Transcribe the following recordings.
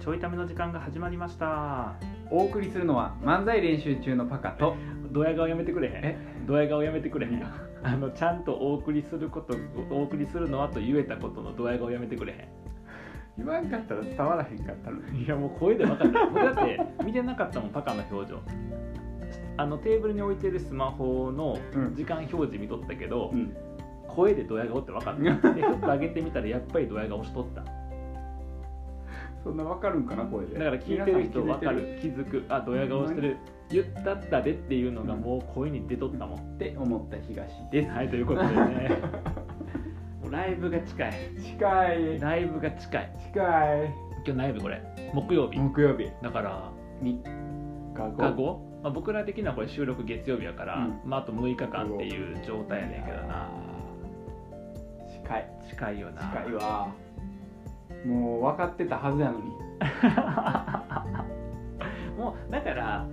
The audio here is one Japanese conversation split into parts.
ちょいための時間が始まりましたお送りするのは漫才練習中のパカとドヤ顔やめてくれへえんドヤ顔やめてくれへんよあのちゃんとお送りすることお送りするのはと言えたことのドヤ顔やめてくれへ言わんかったら伝わらへんかったのんいやもう声で分かったもうだって見てなかったもんパカの表情あのテーブルに置いてるスマホのうん時間表示見とったけど、うん声でドヤ顔って分 かったでちょっと上げてみたらやっぱりドヤ顔しとったそんなわかるんかな声でだから聞いてる人分かる気づくあドヤ顔してる言ったったでっていうのがもう声に出とったもん、って思った東ですはいということで ねもうライブが近い近いライブが近い近い今日ライブこれ木曜日、木曜日だから3日後学校、まあ、僕ら的にはこれ収録月曜日やから、うんまあ、あと6日間っていう状態やねんけどな近い近いよな近いわもう分かってたはずやのに もうだから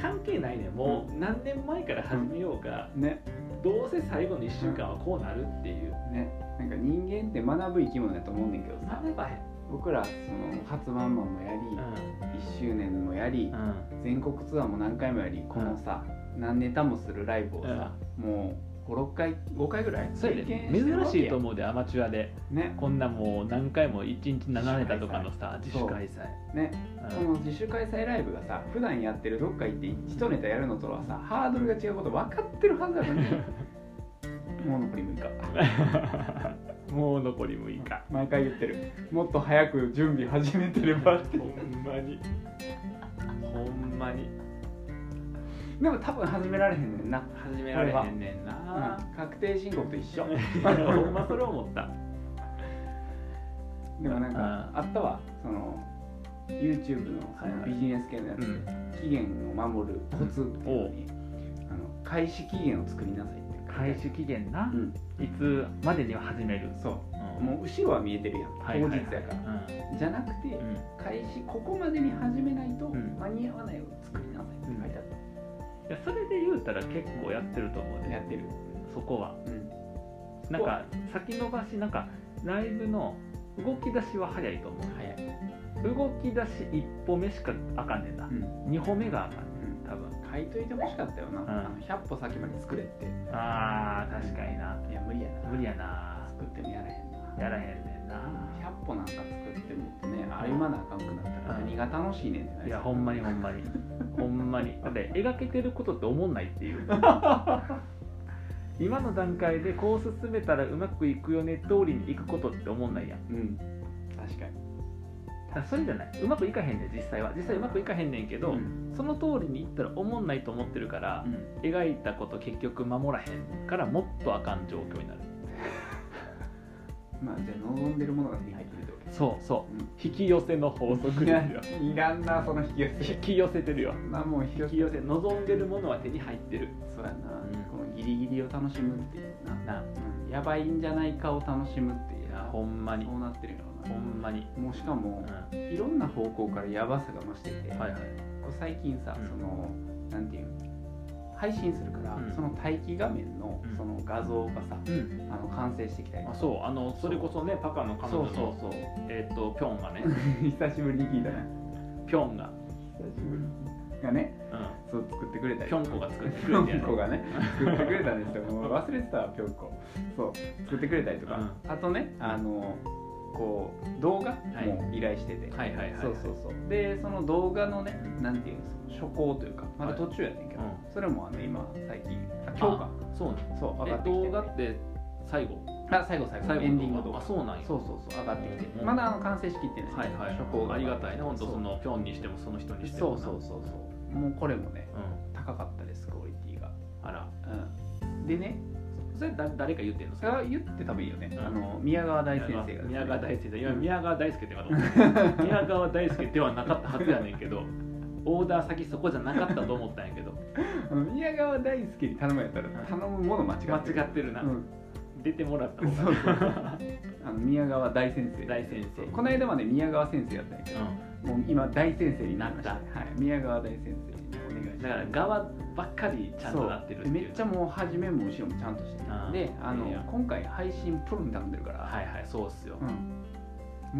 関係ないねんもう何年前から始めようが、ねどうせ最後の1週間はこうなるっていうねなんか人間って学ぶ生き物やと思うねんけどさ学ばへん僕らその初ワンマンもやりう1周年もやり、んうん全国ツアーも何回もやりこのさ、何ネタもするライブをさ、もう56回5回ぐらいそうやで経験てるわ珍けしやいと思うでアマチュアでねこんなもう何回も1日7ネタとかのさ自自主主開開催ね、うこの自主開催ライブがさ普段やってるどっか行って一ネタやるのとはさハードルが違うこと分かってるはず だのにもう残り6日んもう残り6日 毎回言ってるもっと早く準備始めてればってほんまにほんまにでも多分始められへんねんな、始められへんねんうん確定申告と一緒ほんまそれ思ったでもなんかうあったわその YouTube のそはいのはいビジネス系のやつ、うん期限を守るコツっていうのに、あの開始期限を作りなさいって開始期限なうんいつまでには始めるそううんもう後ろは見えてるやんはいは当いはい日やからじゃなくてうんうん開始ここまでに始めないとうん間に合わないを作りなさいって書いてあっいやそれで言うたら結構やってると思うたやでってるそこはうんなんか先延ばしなんかライブの動き出しは早いと思う早い動き出し一歩目しかあかんねんなうん二歩目があかんねうんん多分書いといてほしかったよな、んあの100歩先まで作れっていあー確かになや無理やな無理やな作ってもやらへんなやらへんねんな100歩なんか作ってもね歩まなあかんくなったらうん何が楽しいねんってなるいやほんまにほんま にほんまにだって描けてることって思んないっていう 今の段階でこう進めたらうまくいくよね通りに行くことって思んないやんうん確かにだからそれじゃないうまくいかへんねん実際は実際うまくいかへんねんけど、んその通りにいったら思んないと思ってるから、うん描いたこと結局守らへんからもっとあかん状況になるまあじゃあ望んでるものが手に入ってるってわそうそうんう引き寄せの法則けですよいらんなその引き寄せ 引き寄せてるよなもう引引き寄せ望んでるものは手に入ってるそうやうな、んこのギリギリを楽しむっていうな、なうんやばいんじゃないかを楽しむっていうなほんまにそうなってるよほんまに、なもうしかうんも、いろんな方向からやばさが増してて、はいはいこう最近さ、うんそのなんていうの配信するから、うんその待機画面のうんその画像がさ、うん、あの完成してきたりとあかそうあのそれこそねパカの彼そ女うのそう そうえっ、とピョンがね久しぶりに聞いたねピョンが、久しぶりがねうそう作ってくれたん、りピョンコが作ってくれてぴょんこがね作ってくれたんですよもう忘れてたわぴょんこそう作ってくれたりとか、あとねあのこう動画いも依頼してて、はいはいはいそうそうそうでその動画のねうんなんていうのその初稿というかまだはい途中やねんけど、うそれもあの今最近あ今日かそうねそう上がってきて動画って最後あ最後最後最後のエンディング動あ画そうなんやそうそうそう上がってきて、うんまだあの完成しきってない、はいはい初稿がありがたいね本当そうそのピョンにしてもその人にしてそもうなそうそうそうもうこれもねうん高かったですクオリティが、あらうん、でねそれだ誰か言ってんのそそれれは言って多分いいよね、うんあの宮川大先生がですね、宮川大先生今うん宮川大輔ってかと思った 宮川大輔ではなかったはずやねんけどオーダー先そこじゃなかったと思ったんやけどうん宮川大輔に頼まれたら頼むもの間違ってる間違ってるな、うん出てもらった方そがうそうそうあの宮川大先生大先生この間まで宮川先生やったんやけど、もう今大先生になりました、なはっい、宮川大先生にお願いうん、しだからます側ばっかりちゃんとなってるってそういうめっちゃもう初めも後ろもちゃんとしてるあーであのいいやん今回配信プロに頼んでるから、はいはいそうっすよ、うん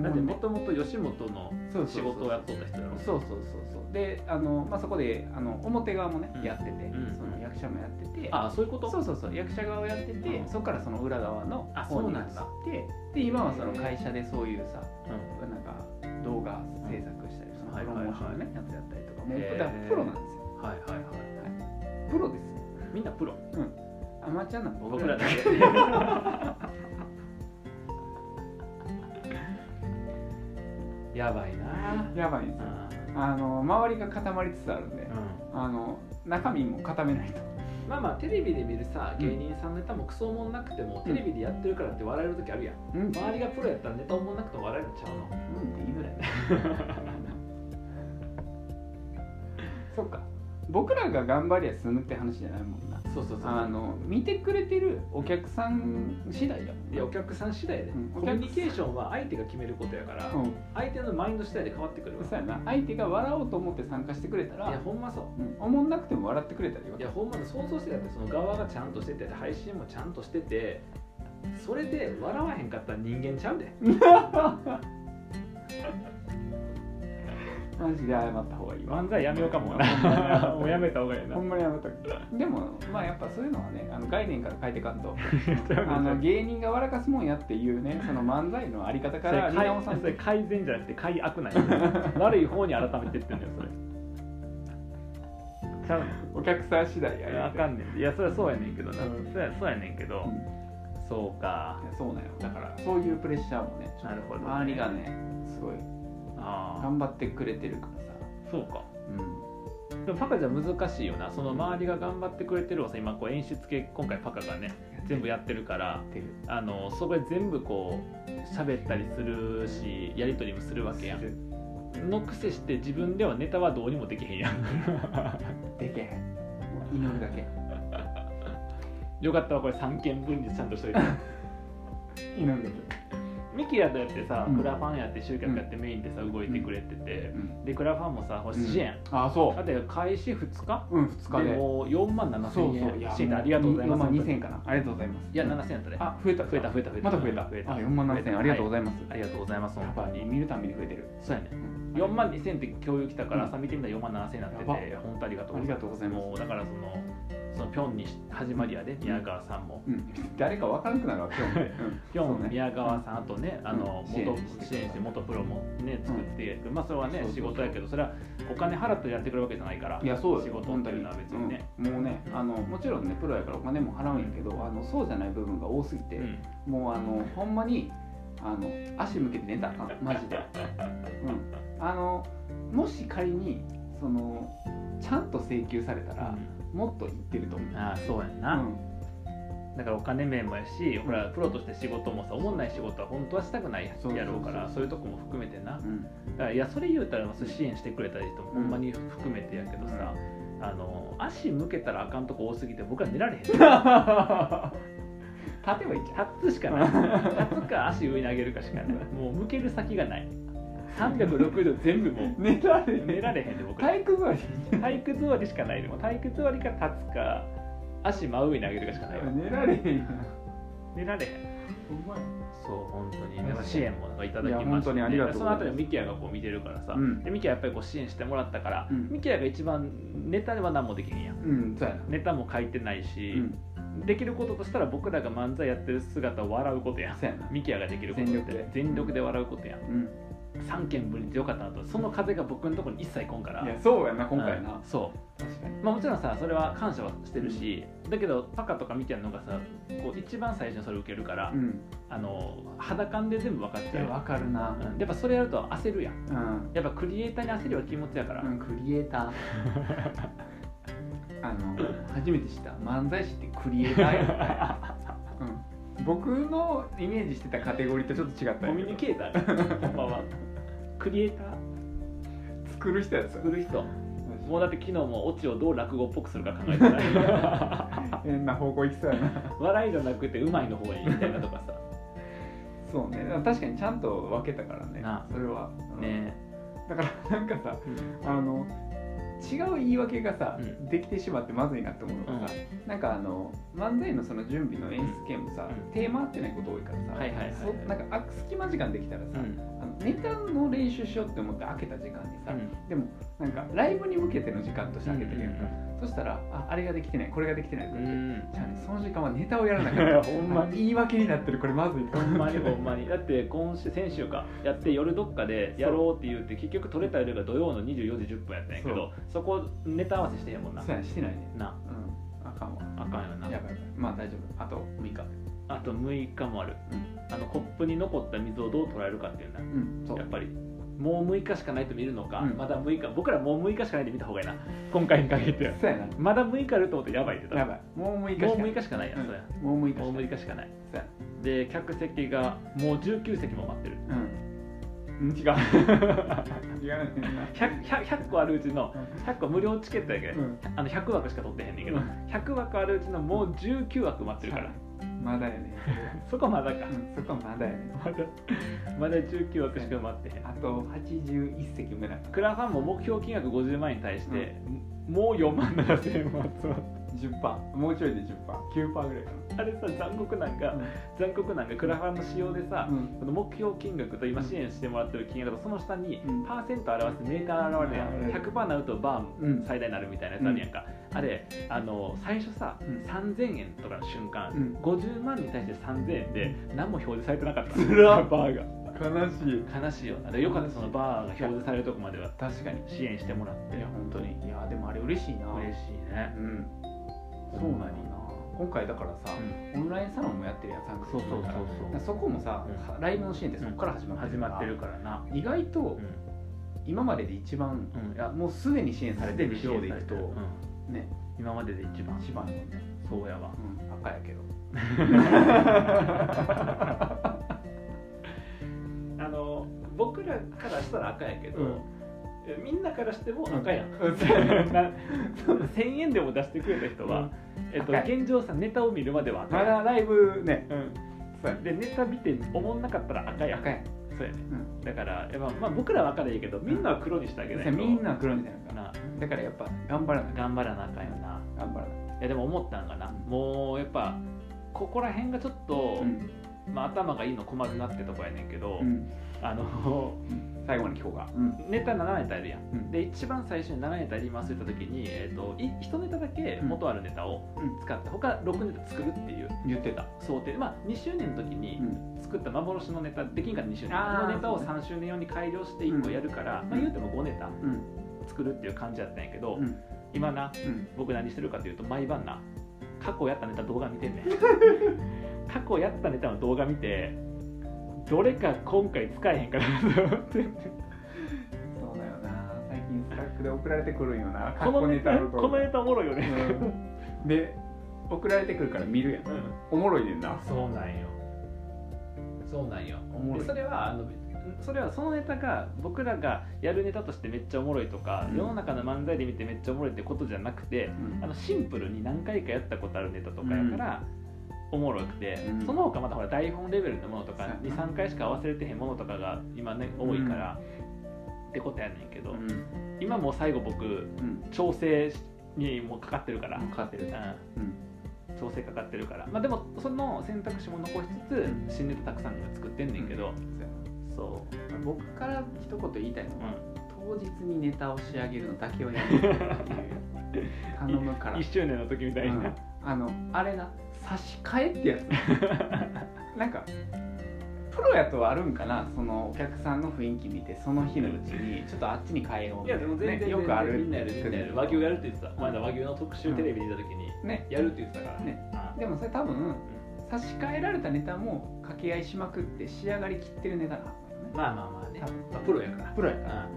だってもねともと吉本のそうそう仕そう事をやっとった人やろそうそうそうそうであの、まあ、そこであの表側もね、うんやってて、んその役者もやっててああそういうことそうそうそう役者側をやってて、うんそこからその裏側のあそ方うに移なっんだてで今はその会社でそういうさうんなんか動画制作したりそのはプいロはいはいモーションのねやつやったりとかもうへーだからプロなんですよはいはいはいプロですよみんなプロアマチュアな僕らだけ やばいなやばいんですよああの周りが固まりつつあるんでーうんあの中身も固めないとまあまあテレビで見るさうん芸人さんのネタもクソおもんなくても、うんテレビでやってるからって笑える時あるやんうんうん周りがプロやったらネタおもんなくても笑えるんちゃうのって言いづらいねそっか僕らが頑張りゃ済むって話じゃないもんなそうそうそうあの見てくれてるお客さん次第やもんないやお客さん次第で、うんコミュニケーションは相手が決めることやから、うん相手のマインド次第で変わってくるわそうやな相手が笑おうと思って参加してくれたいやらほんまそううんおもんなくても笑ってくれたらいいわいけやほんまに想像してたってその側がちゃんとしてて配信もちゃんとしててそれで笑わへんかったら人間ちゃうでマジで謝った方がいいわ漫才やめようかもな もうやめ た方がいいなほんまに謝った方がいいでもまあやっぱそういうのはねあの概念から変えてかんと あのそ芸人が笑かすもんやっていうねその漫才のあり方から見直さんとれ改善じゃなくて改悪なんや 悪い方に改めてってんだよそれちゃうのお客さん次第やいやあるかんねんいやそれはそうやねんけどな、うんそれはそうやねんけど、うんそうかそうなんよだからそういうプレッシャーもねなるほどね、周りがねすごいあ頑張ってくれてるからさあそうかうんでもパカじゃ難しいよなその周りが頑張ってくれてるをさ今こう演出系今回パカがね全部やってるからってるあのそこで全部こう喋ったりするしやり取りもするわけやんのくせして自分ではネタはどうにもできへんやんでけへんもう祈るだけよかったわこれ3件分にちゃんとしと いて祈るだけミキやとやってさ、うんクラファンやって集客やってメインでさ動いてくれてて、でクラファンもさ欲しいやん、あそだって開始2日ううん2日ででもう4万7そ千うそう円しててありがとうございます4万2000かなありがとうございますいや7千円やったであ増えた増えた増えた増えたまた増え増たえたあ4万7000ありがとうございます、ありがとうございます、や本ば当いに。見るたびに増えてる、そうやね。うん4万2000って共有来たから、うん朝見てみたら4万7000になってやばて、本当ありがとうございます。ありがとうございますもうだからその、そのピョンに始まりやで、宮川さんも。うん、誰か分からなくなるわ今 日、うんピョそうン、ね宮川さん、あとね、あのうん元支援してくれた支援して、元プロもね、作って、まあそれはねそうそう、仕そう事やけど、それはお金払ってやってくるわけじゃないから、いやそうよ仕事っていうのは別にね。、本当にうんもうねあのもちろんねプロやからお金も払うんやけどあのそうじゃない部分が多すぎて、うんもうあのほんまにあの足向けて寝たらあかんマジで、うん、あのもし仮にそのちゃんと請求されたら、もっといってると思う、ああそうやんな、うんだからお金面もやしほらプロとして仕事もさおもんない仕事は本当はしたくないやそうそうそうろうからそういうとこも含めてなうん、だからいやそれ言うたらまあ支援してくれた人もうほんんまに含めてやけどさ、あの足向けたらあかんとこ多すぎて僕は寝られへん立立てばいいじゃんつしか ない立つか足上に上げるかしかないもう向ける先がない360度全部もう寝られ 寝られへんで僕 体育座り体育座りしかないでもう体育座りか立つか足真上に上げるかしかないわ寝られへんやん寝られへんほんまやそう本当にだから支援もなんかいただきまして、いや本当にありがとうごそざいのます後でミキヤがこう見てるからさ、うんでミキヤやっぱりこう支援してもらったから、うんミキヤが一番ネタは何もできへんやんうんそうやなネタも書いてないしう、んできることとしたら僕らが漫才やってる姿を笑うことやんそうやなミキヤができることって全力で全力で笑うことやんうん3件分によかったなとその風が僕のところに一切こんからいやそうやな今回うなんそう確かにまあ、もちろんさそれは感謝はしてるし、だけどパカとかミキヤの方がさこう一番最初にそれ受けるから、うんあの肌感で全部分かっいちゃやうわかるなうんやっぱそれやると焦るやんうんやっぱクリエイターに焦りは気持ちやから、うん、クリエイター あの初めて知った漫才師ってクリエイターやった、 うん、僕のイメージしてたカテゴリーとちょっと違ったんやけどコミュニケータ ーねほんまはクリエイター作る人やつ作る人もうだって昨日もオチをどう落語っぽくするか考えてない 変な方向行きそう やな笑いじゃなくてうまいの方へみたいなとかさそうね確かにちゃんと分けたからねなあそれは、うんねだからなんかさ、うんあの違う言い訳がさ、うんできてしまってまずいなって思うのがさ、なんかあの漫才のその準備の演出系もさ、うんテーマ合ってないこと多いからさ、はいはいはいはいそなんかあ隙間時間できたらさ、うんあのネタの練習しようって思って開けた時間にさ、うんでもなんかライブに向けての時間として開けてるやんか、そしたらああれができてないこれができてないとうかんう言って、んじゃあねその時間はネタをやらなき ゃほんまに言い訳になってるこれまずいほんまにほんまにだって今週先週かやって夜どっかでやろうって言って結局取れた夜が土曜の24時10分やったんやけどそこネタ合わせしてへんもんなそうやしてないねなうんあかんわあかんよなやばいやばいまあ大丈夫あと6日あと6日もあるうん、あのコップに残った水をどう捉えるかっていうなうん、そうやっぱりもう6日しかないと見るのか、うんまだ6日僕らもう6日しかないで見た方がいいな今回に限ってそうやなまだ6日あると思ってやばいってや多ばいもう6日し分かもう6日しかないや、うんそうやもう6日しかもう6日しかないそうやで客席がもう19席も待ってるうん 違う違うねんな 100, 100 100個あるうちのう100個無料チケットやけど、んあの100枠しか取ってへんねんけどうん100枠あるうちのもう19枠待ってるからまだやね、そこまだうかん、そこまだやねまだまだ19枠しか待ってへんあと81席埋めなあかクラファンも目標金額50万円に対して、もう4万7千円も集まってん10%もうちょいで 10%9% ぐらいかあれさ残酷なんか残酷なんかクラファンの仕様でなさ、うんこの目標金額と今支援してもらってる金額とその下にうんパーセント表すメーター表れうんて100%になるとバーうんン最大になるみたいなやつあるやんか、あれあの最初さ、うん3000円とかの瞬間、うん50万に対して3000円で何も表示されてなかったつらっバー悲しいが悲しいよでよかったそのバーが表示されるとこまでは確かに支援してもらっていや本当にいやでもあれ嬉しいな嬉しいね、うんそうなんよな今回だからさ、オンラインサロンもやってるやん3そうそうそうだからそうそこもさ、うライブの支援ってそこから始まって始るからまってるからな、意外とうん今までで一番、うんいやもうすでに支援されてる量でいくと、うんね今までで一番一番よね、そうやわうん、赤やけど あの僕らからしたら赤やけど、うんえみんなからしても赤やん、うん な1000円でも出してくれた人は、えっと、赤い現状さネタを見るまでは赤まやん、だライブねそうやうん、でネタ見て思んなかったら赤やん赤やそうやねうんだから、やっぱまあ、僕らは赤でいいけどみんなは黒にしてあげないと、そうみんな黒みたいなのかななだからやっぱ頑張らない頑張らなあかんよな頑張らないいやでも思ったんかなもうやっぱここら辺がちょっと、うんまあ、頭がいいの困るなってとこやねんけど、うんあの最後まで聞こうかうんネタ7ネタやるやんうんで一番最初に7ネタやりますって言った時に、えー、とい1ネタだけ元あるネタをうん使って他6ネタ作るっていう言ってた、想定まあ2周年の時にん、作った幻のネタできんかった2周年あーのネタをそうね3周年用に改良して1個やるから、んまあ、言うても5ネタうん作るっていう感じやったんやけど、うん今なうん僕何してるかというと毎晩な過去やったネタ動画見てん ねん過去やったネタの動画見てどれか今回使えへんかなと思ってそうだよな最近スラックで送られてくるんよなこのネタのとこのネタおもろいよね、うんで送られてくるから見るやんおもろいねんなそうなんよそうなんよおもろいでそれはあのそれはそのネタが僕らがやるネタとしてめっちゃおもろいとか、うん世の中の漫才で見てめっちゃおもろいってことじゃなくてあのシンプルに何回かやったことあるネタとかやから、おもろくて、うんその他またほら台本レベルのものとかそうやな23回しか忘れてへんものとかが今ね多いから、ってことやねんけど、うん今もう最後僕うん調整にもうかかってるから、かかってるううんん、調整かかってるからまあでもその選択肢も残しつつ新ネタたくさん今作ってんねんけど、そ僕から一言言いたいのう、は、う当日にネタを仕上げるのだけはやめてっていう頼む から1周年の時みたいな、うんあのあれな差し替えってやつ なんかプロやとはあるんかなそのお客さんの雰囲気見てその日のうちにちょっとあっちに変えようみいたやいでなも全然、ね、よくあるみんなやるみんなやる和牛やるって言ってたお前ら和牛の特集テレビ出た時に、ねやるって言ってたからねでもそれ多分差し替えられたネタも掛け合いしまくって仕上がりきってるネタなのかねまあまあまあね多分まあプロやからプロやから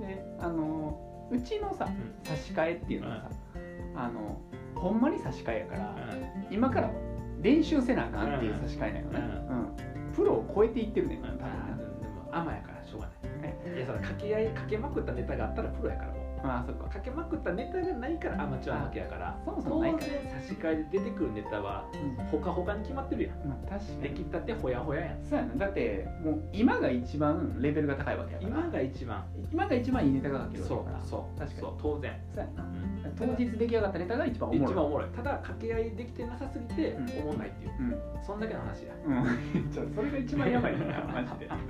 うであのうちのさん差し替えっていうのはさ、あのほんまに差し替えやから、う今から練習せなあかんっていう差し替えなよね、うんプロを超えていってるね、ん多分でも甘やからしょうがないいやその掛け合いかけまくったネタがあったらプロやからもああそっかかけまくったネタがないからアマチュア負けやからそもそも当ない然から、差し替えで出てくるネタはうんほかほかに決まってるやんまあ、確か出に来たてほやほややんそうやなだってもう今が一番レベルが高いわけやから今が一番今が一番いいネタが書けるわけそやからうそう確かにそう当然そうやなうん当日出来上がったネタが一番おもろ一い番おもろいただ掛け合いできてなさすぎてうんおもんないっていううんそんだけの話やうん、 じゃあそれが一番やばいなマジで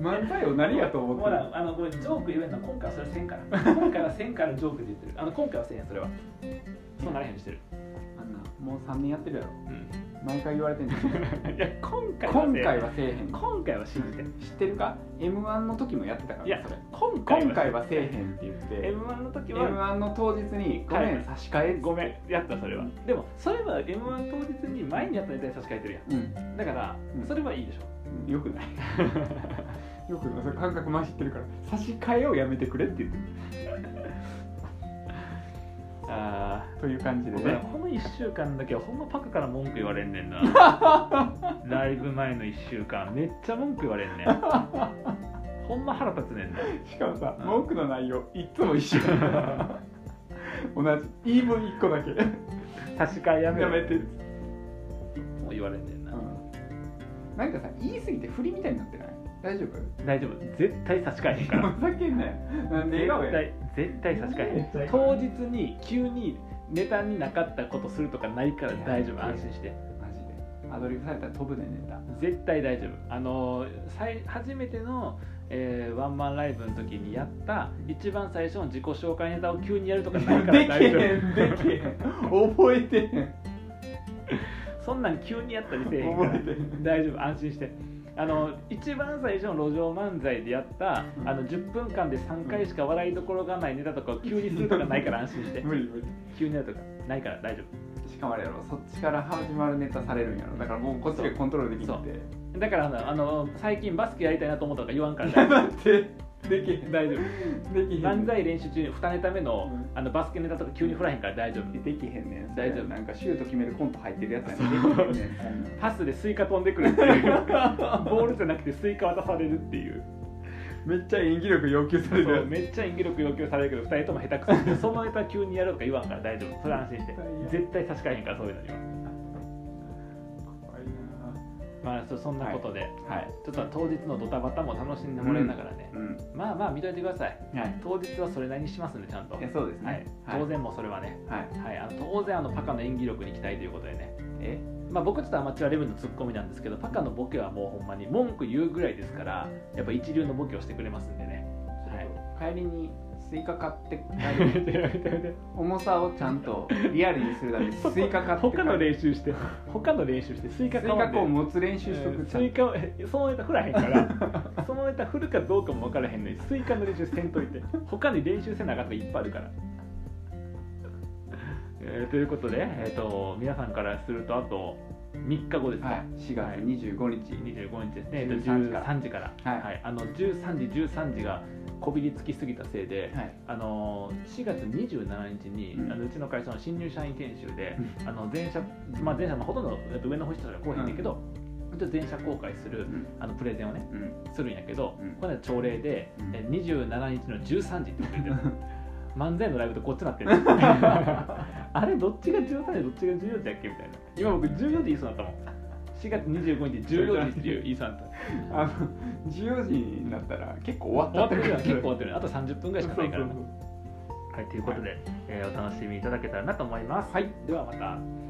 漫才を何やと思ってほるらあのこれジョーク言えんの今回はそれせんから 今回はせんからジョークで言ってるあの今回はせんやんそれはそうならへんようにしてるあんなもう3年やってるやろうん毎回言われてんの いや今回はせ今ん回はせえへん今回は信じて知ってるか m 1の時もやってたからいやそれ今回は今回はせえへんって言って m 1の時 m は1の当日にごめん差し替えごめんやったそれはでもそれは m 1当日に前にやったネタに差し替えてるやうんんだからうんそれはいいでしょよくない よくないそれ感覚回しってるから差し替えをやめてくれって言ってるあという感じでこねの1週間だけはほんまパクから文句言われんねんな ライブ前の1週間めっちゃ文句言われんねんほんま腹立つねんなしかもさうん文句の内容いっつも一緒 同じ言い分1個だけ確かややめてもう言われんねんな、うんなんかさ言い過ぎて振りみたいになってない大丈夫大丈夫絶対差し替えへんから ふざけんなよなんで絶笑顔や対絶対差し替えへん絶対当日に急にネタになかったことするとかないから大丈夫いや安心してマジでアドリブされたら飛ぶでネタ絶対大丈夫あのー最初めての、えーワンマンライブの時にやった一番最初の自己紹介ネタを急にやるとかないからできへ大丈んできへん覚えてへん夫そんなん急にやったりせえへんか覚らえてへん大丈夫安心してあの一番最初の路上漫才でやったうんあの10分間で3回しか笑いどころがないネタとかを急にするとかないから安心して無理無理急にやるとかないから大丈しかもあれやろそっちから始まるネタされるんやろだからもうこっちでコントロールできなくて夫だからあのあの最近バスケやりたいなと思ったとか言わんから大丈 だってできへん夫大丈夫できへん漫才練習中に2ネタ目のうんあのバスケネタとか急に振らへんから大丈夫できへんねん大丈夫なんかシュート決めるコント入ってるやつやねんできへんねんそんなんパスでスイカ飛んでくるっていうボー ルじゃなくてスイカ渡されるっていうめっちゃ演技力要求されるやそうつめっちゃ演技力要求されるけど2人とも下手く そでそのネタ急にやるとか言わんから大丈夫それ安心して絶対差し替えへんからそういうのには怖いなまあそそんなことで、はいはいちょっと当日のドタバタも楽しんでもらいながらね、うんまあまあ見といてくださいはい当日はそれなりにしますんでちゃんと、いやそうですはねい、当然もうそれはね、はいはい、あの当然あのパカの演技力に期待ということでね、えまあ、僕ちょっとアマチュアレベルのツッコミなんですけどパカのボケはもうほんまに文句言うぐらいですからやっぱ一流のボケをしてくれますんで ね帰りにスイカ買ってや 帰めてるやめてやめて重さをちゃんとリアルにするためにスイカ買って帰他のる練習して他の練習してスイスカイ買わんカでこう持つ練習しとくちスゃんイカをえそのネタ振らへんからそのネタ振るかどうかも分からへんのにスイカの練習せんといて他に練習せなあかんとかいっぱいあるから、えーということで、えー、と皆さんからするとあと3日後ですとね、はい4月25日に25日ですね、えーと13時から13時から、はいあの13時13時がこびりつきすぎたせいで、はいあのー4月27日に、うんあのうちの会社の新入社員研修で、うあの全社、まあ、全社のほとんどえっと上の保人しか来へんねんけど、ちょっと全社公開するうんあのプレゼンをねうんするんやけど、うんこれは朝礼で、うんえ27日の13時って言って る漫才のライブとこっちなってるあれどっちが13時どっちが14時やっけみたいな今僕14時言いそうになったもん4月25日14時っていう言いそうになったあの14時になったら結構終わっ終たわってるじゃん結構終わっってるあと30分ぐらたいしかないからなそうそうそうはい、ということで、えーお楽しみいただけたらなと思います。はい、ではまた。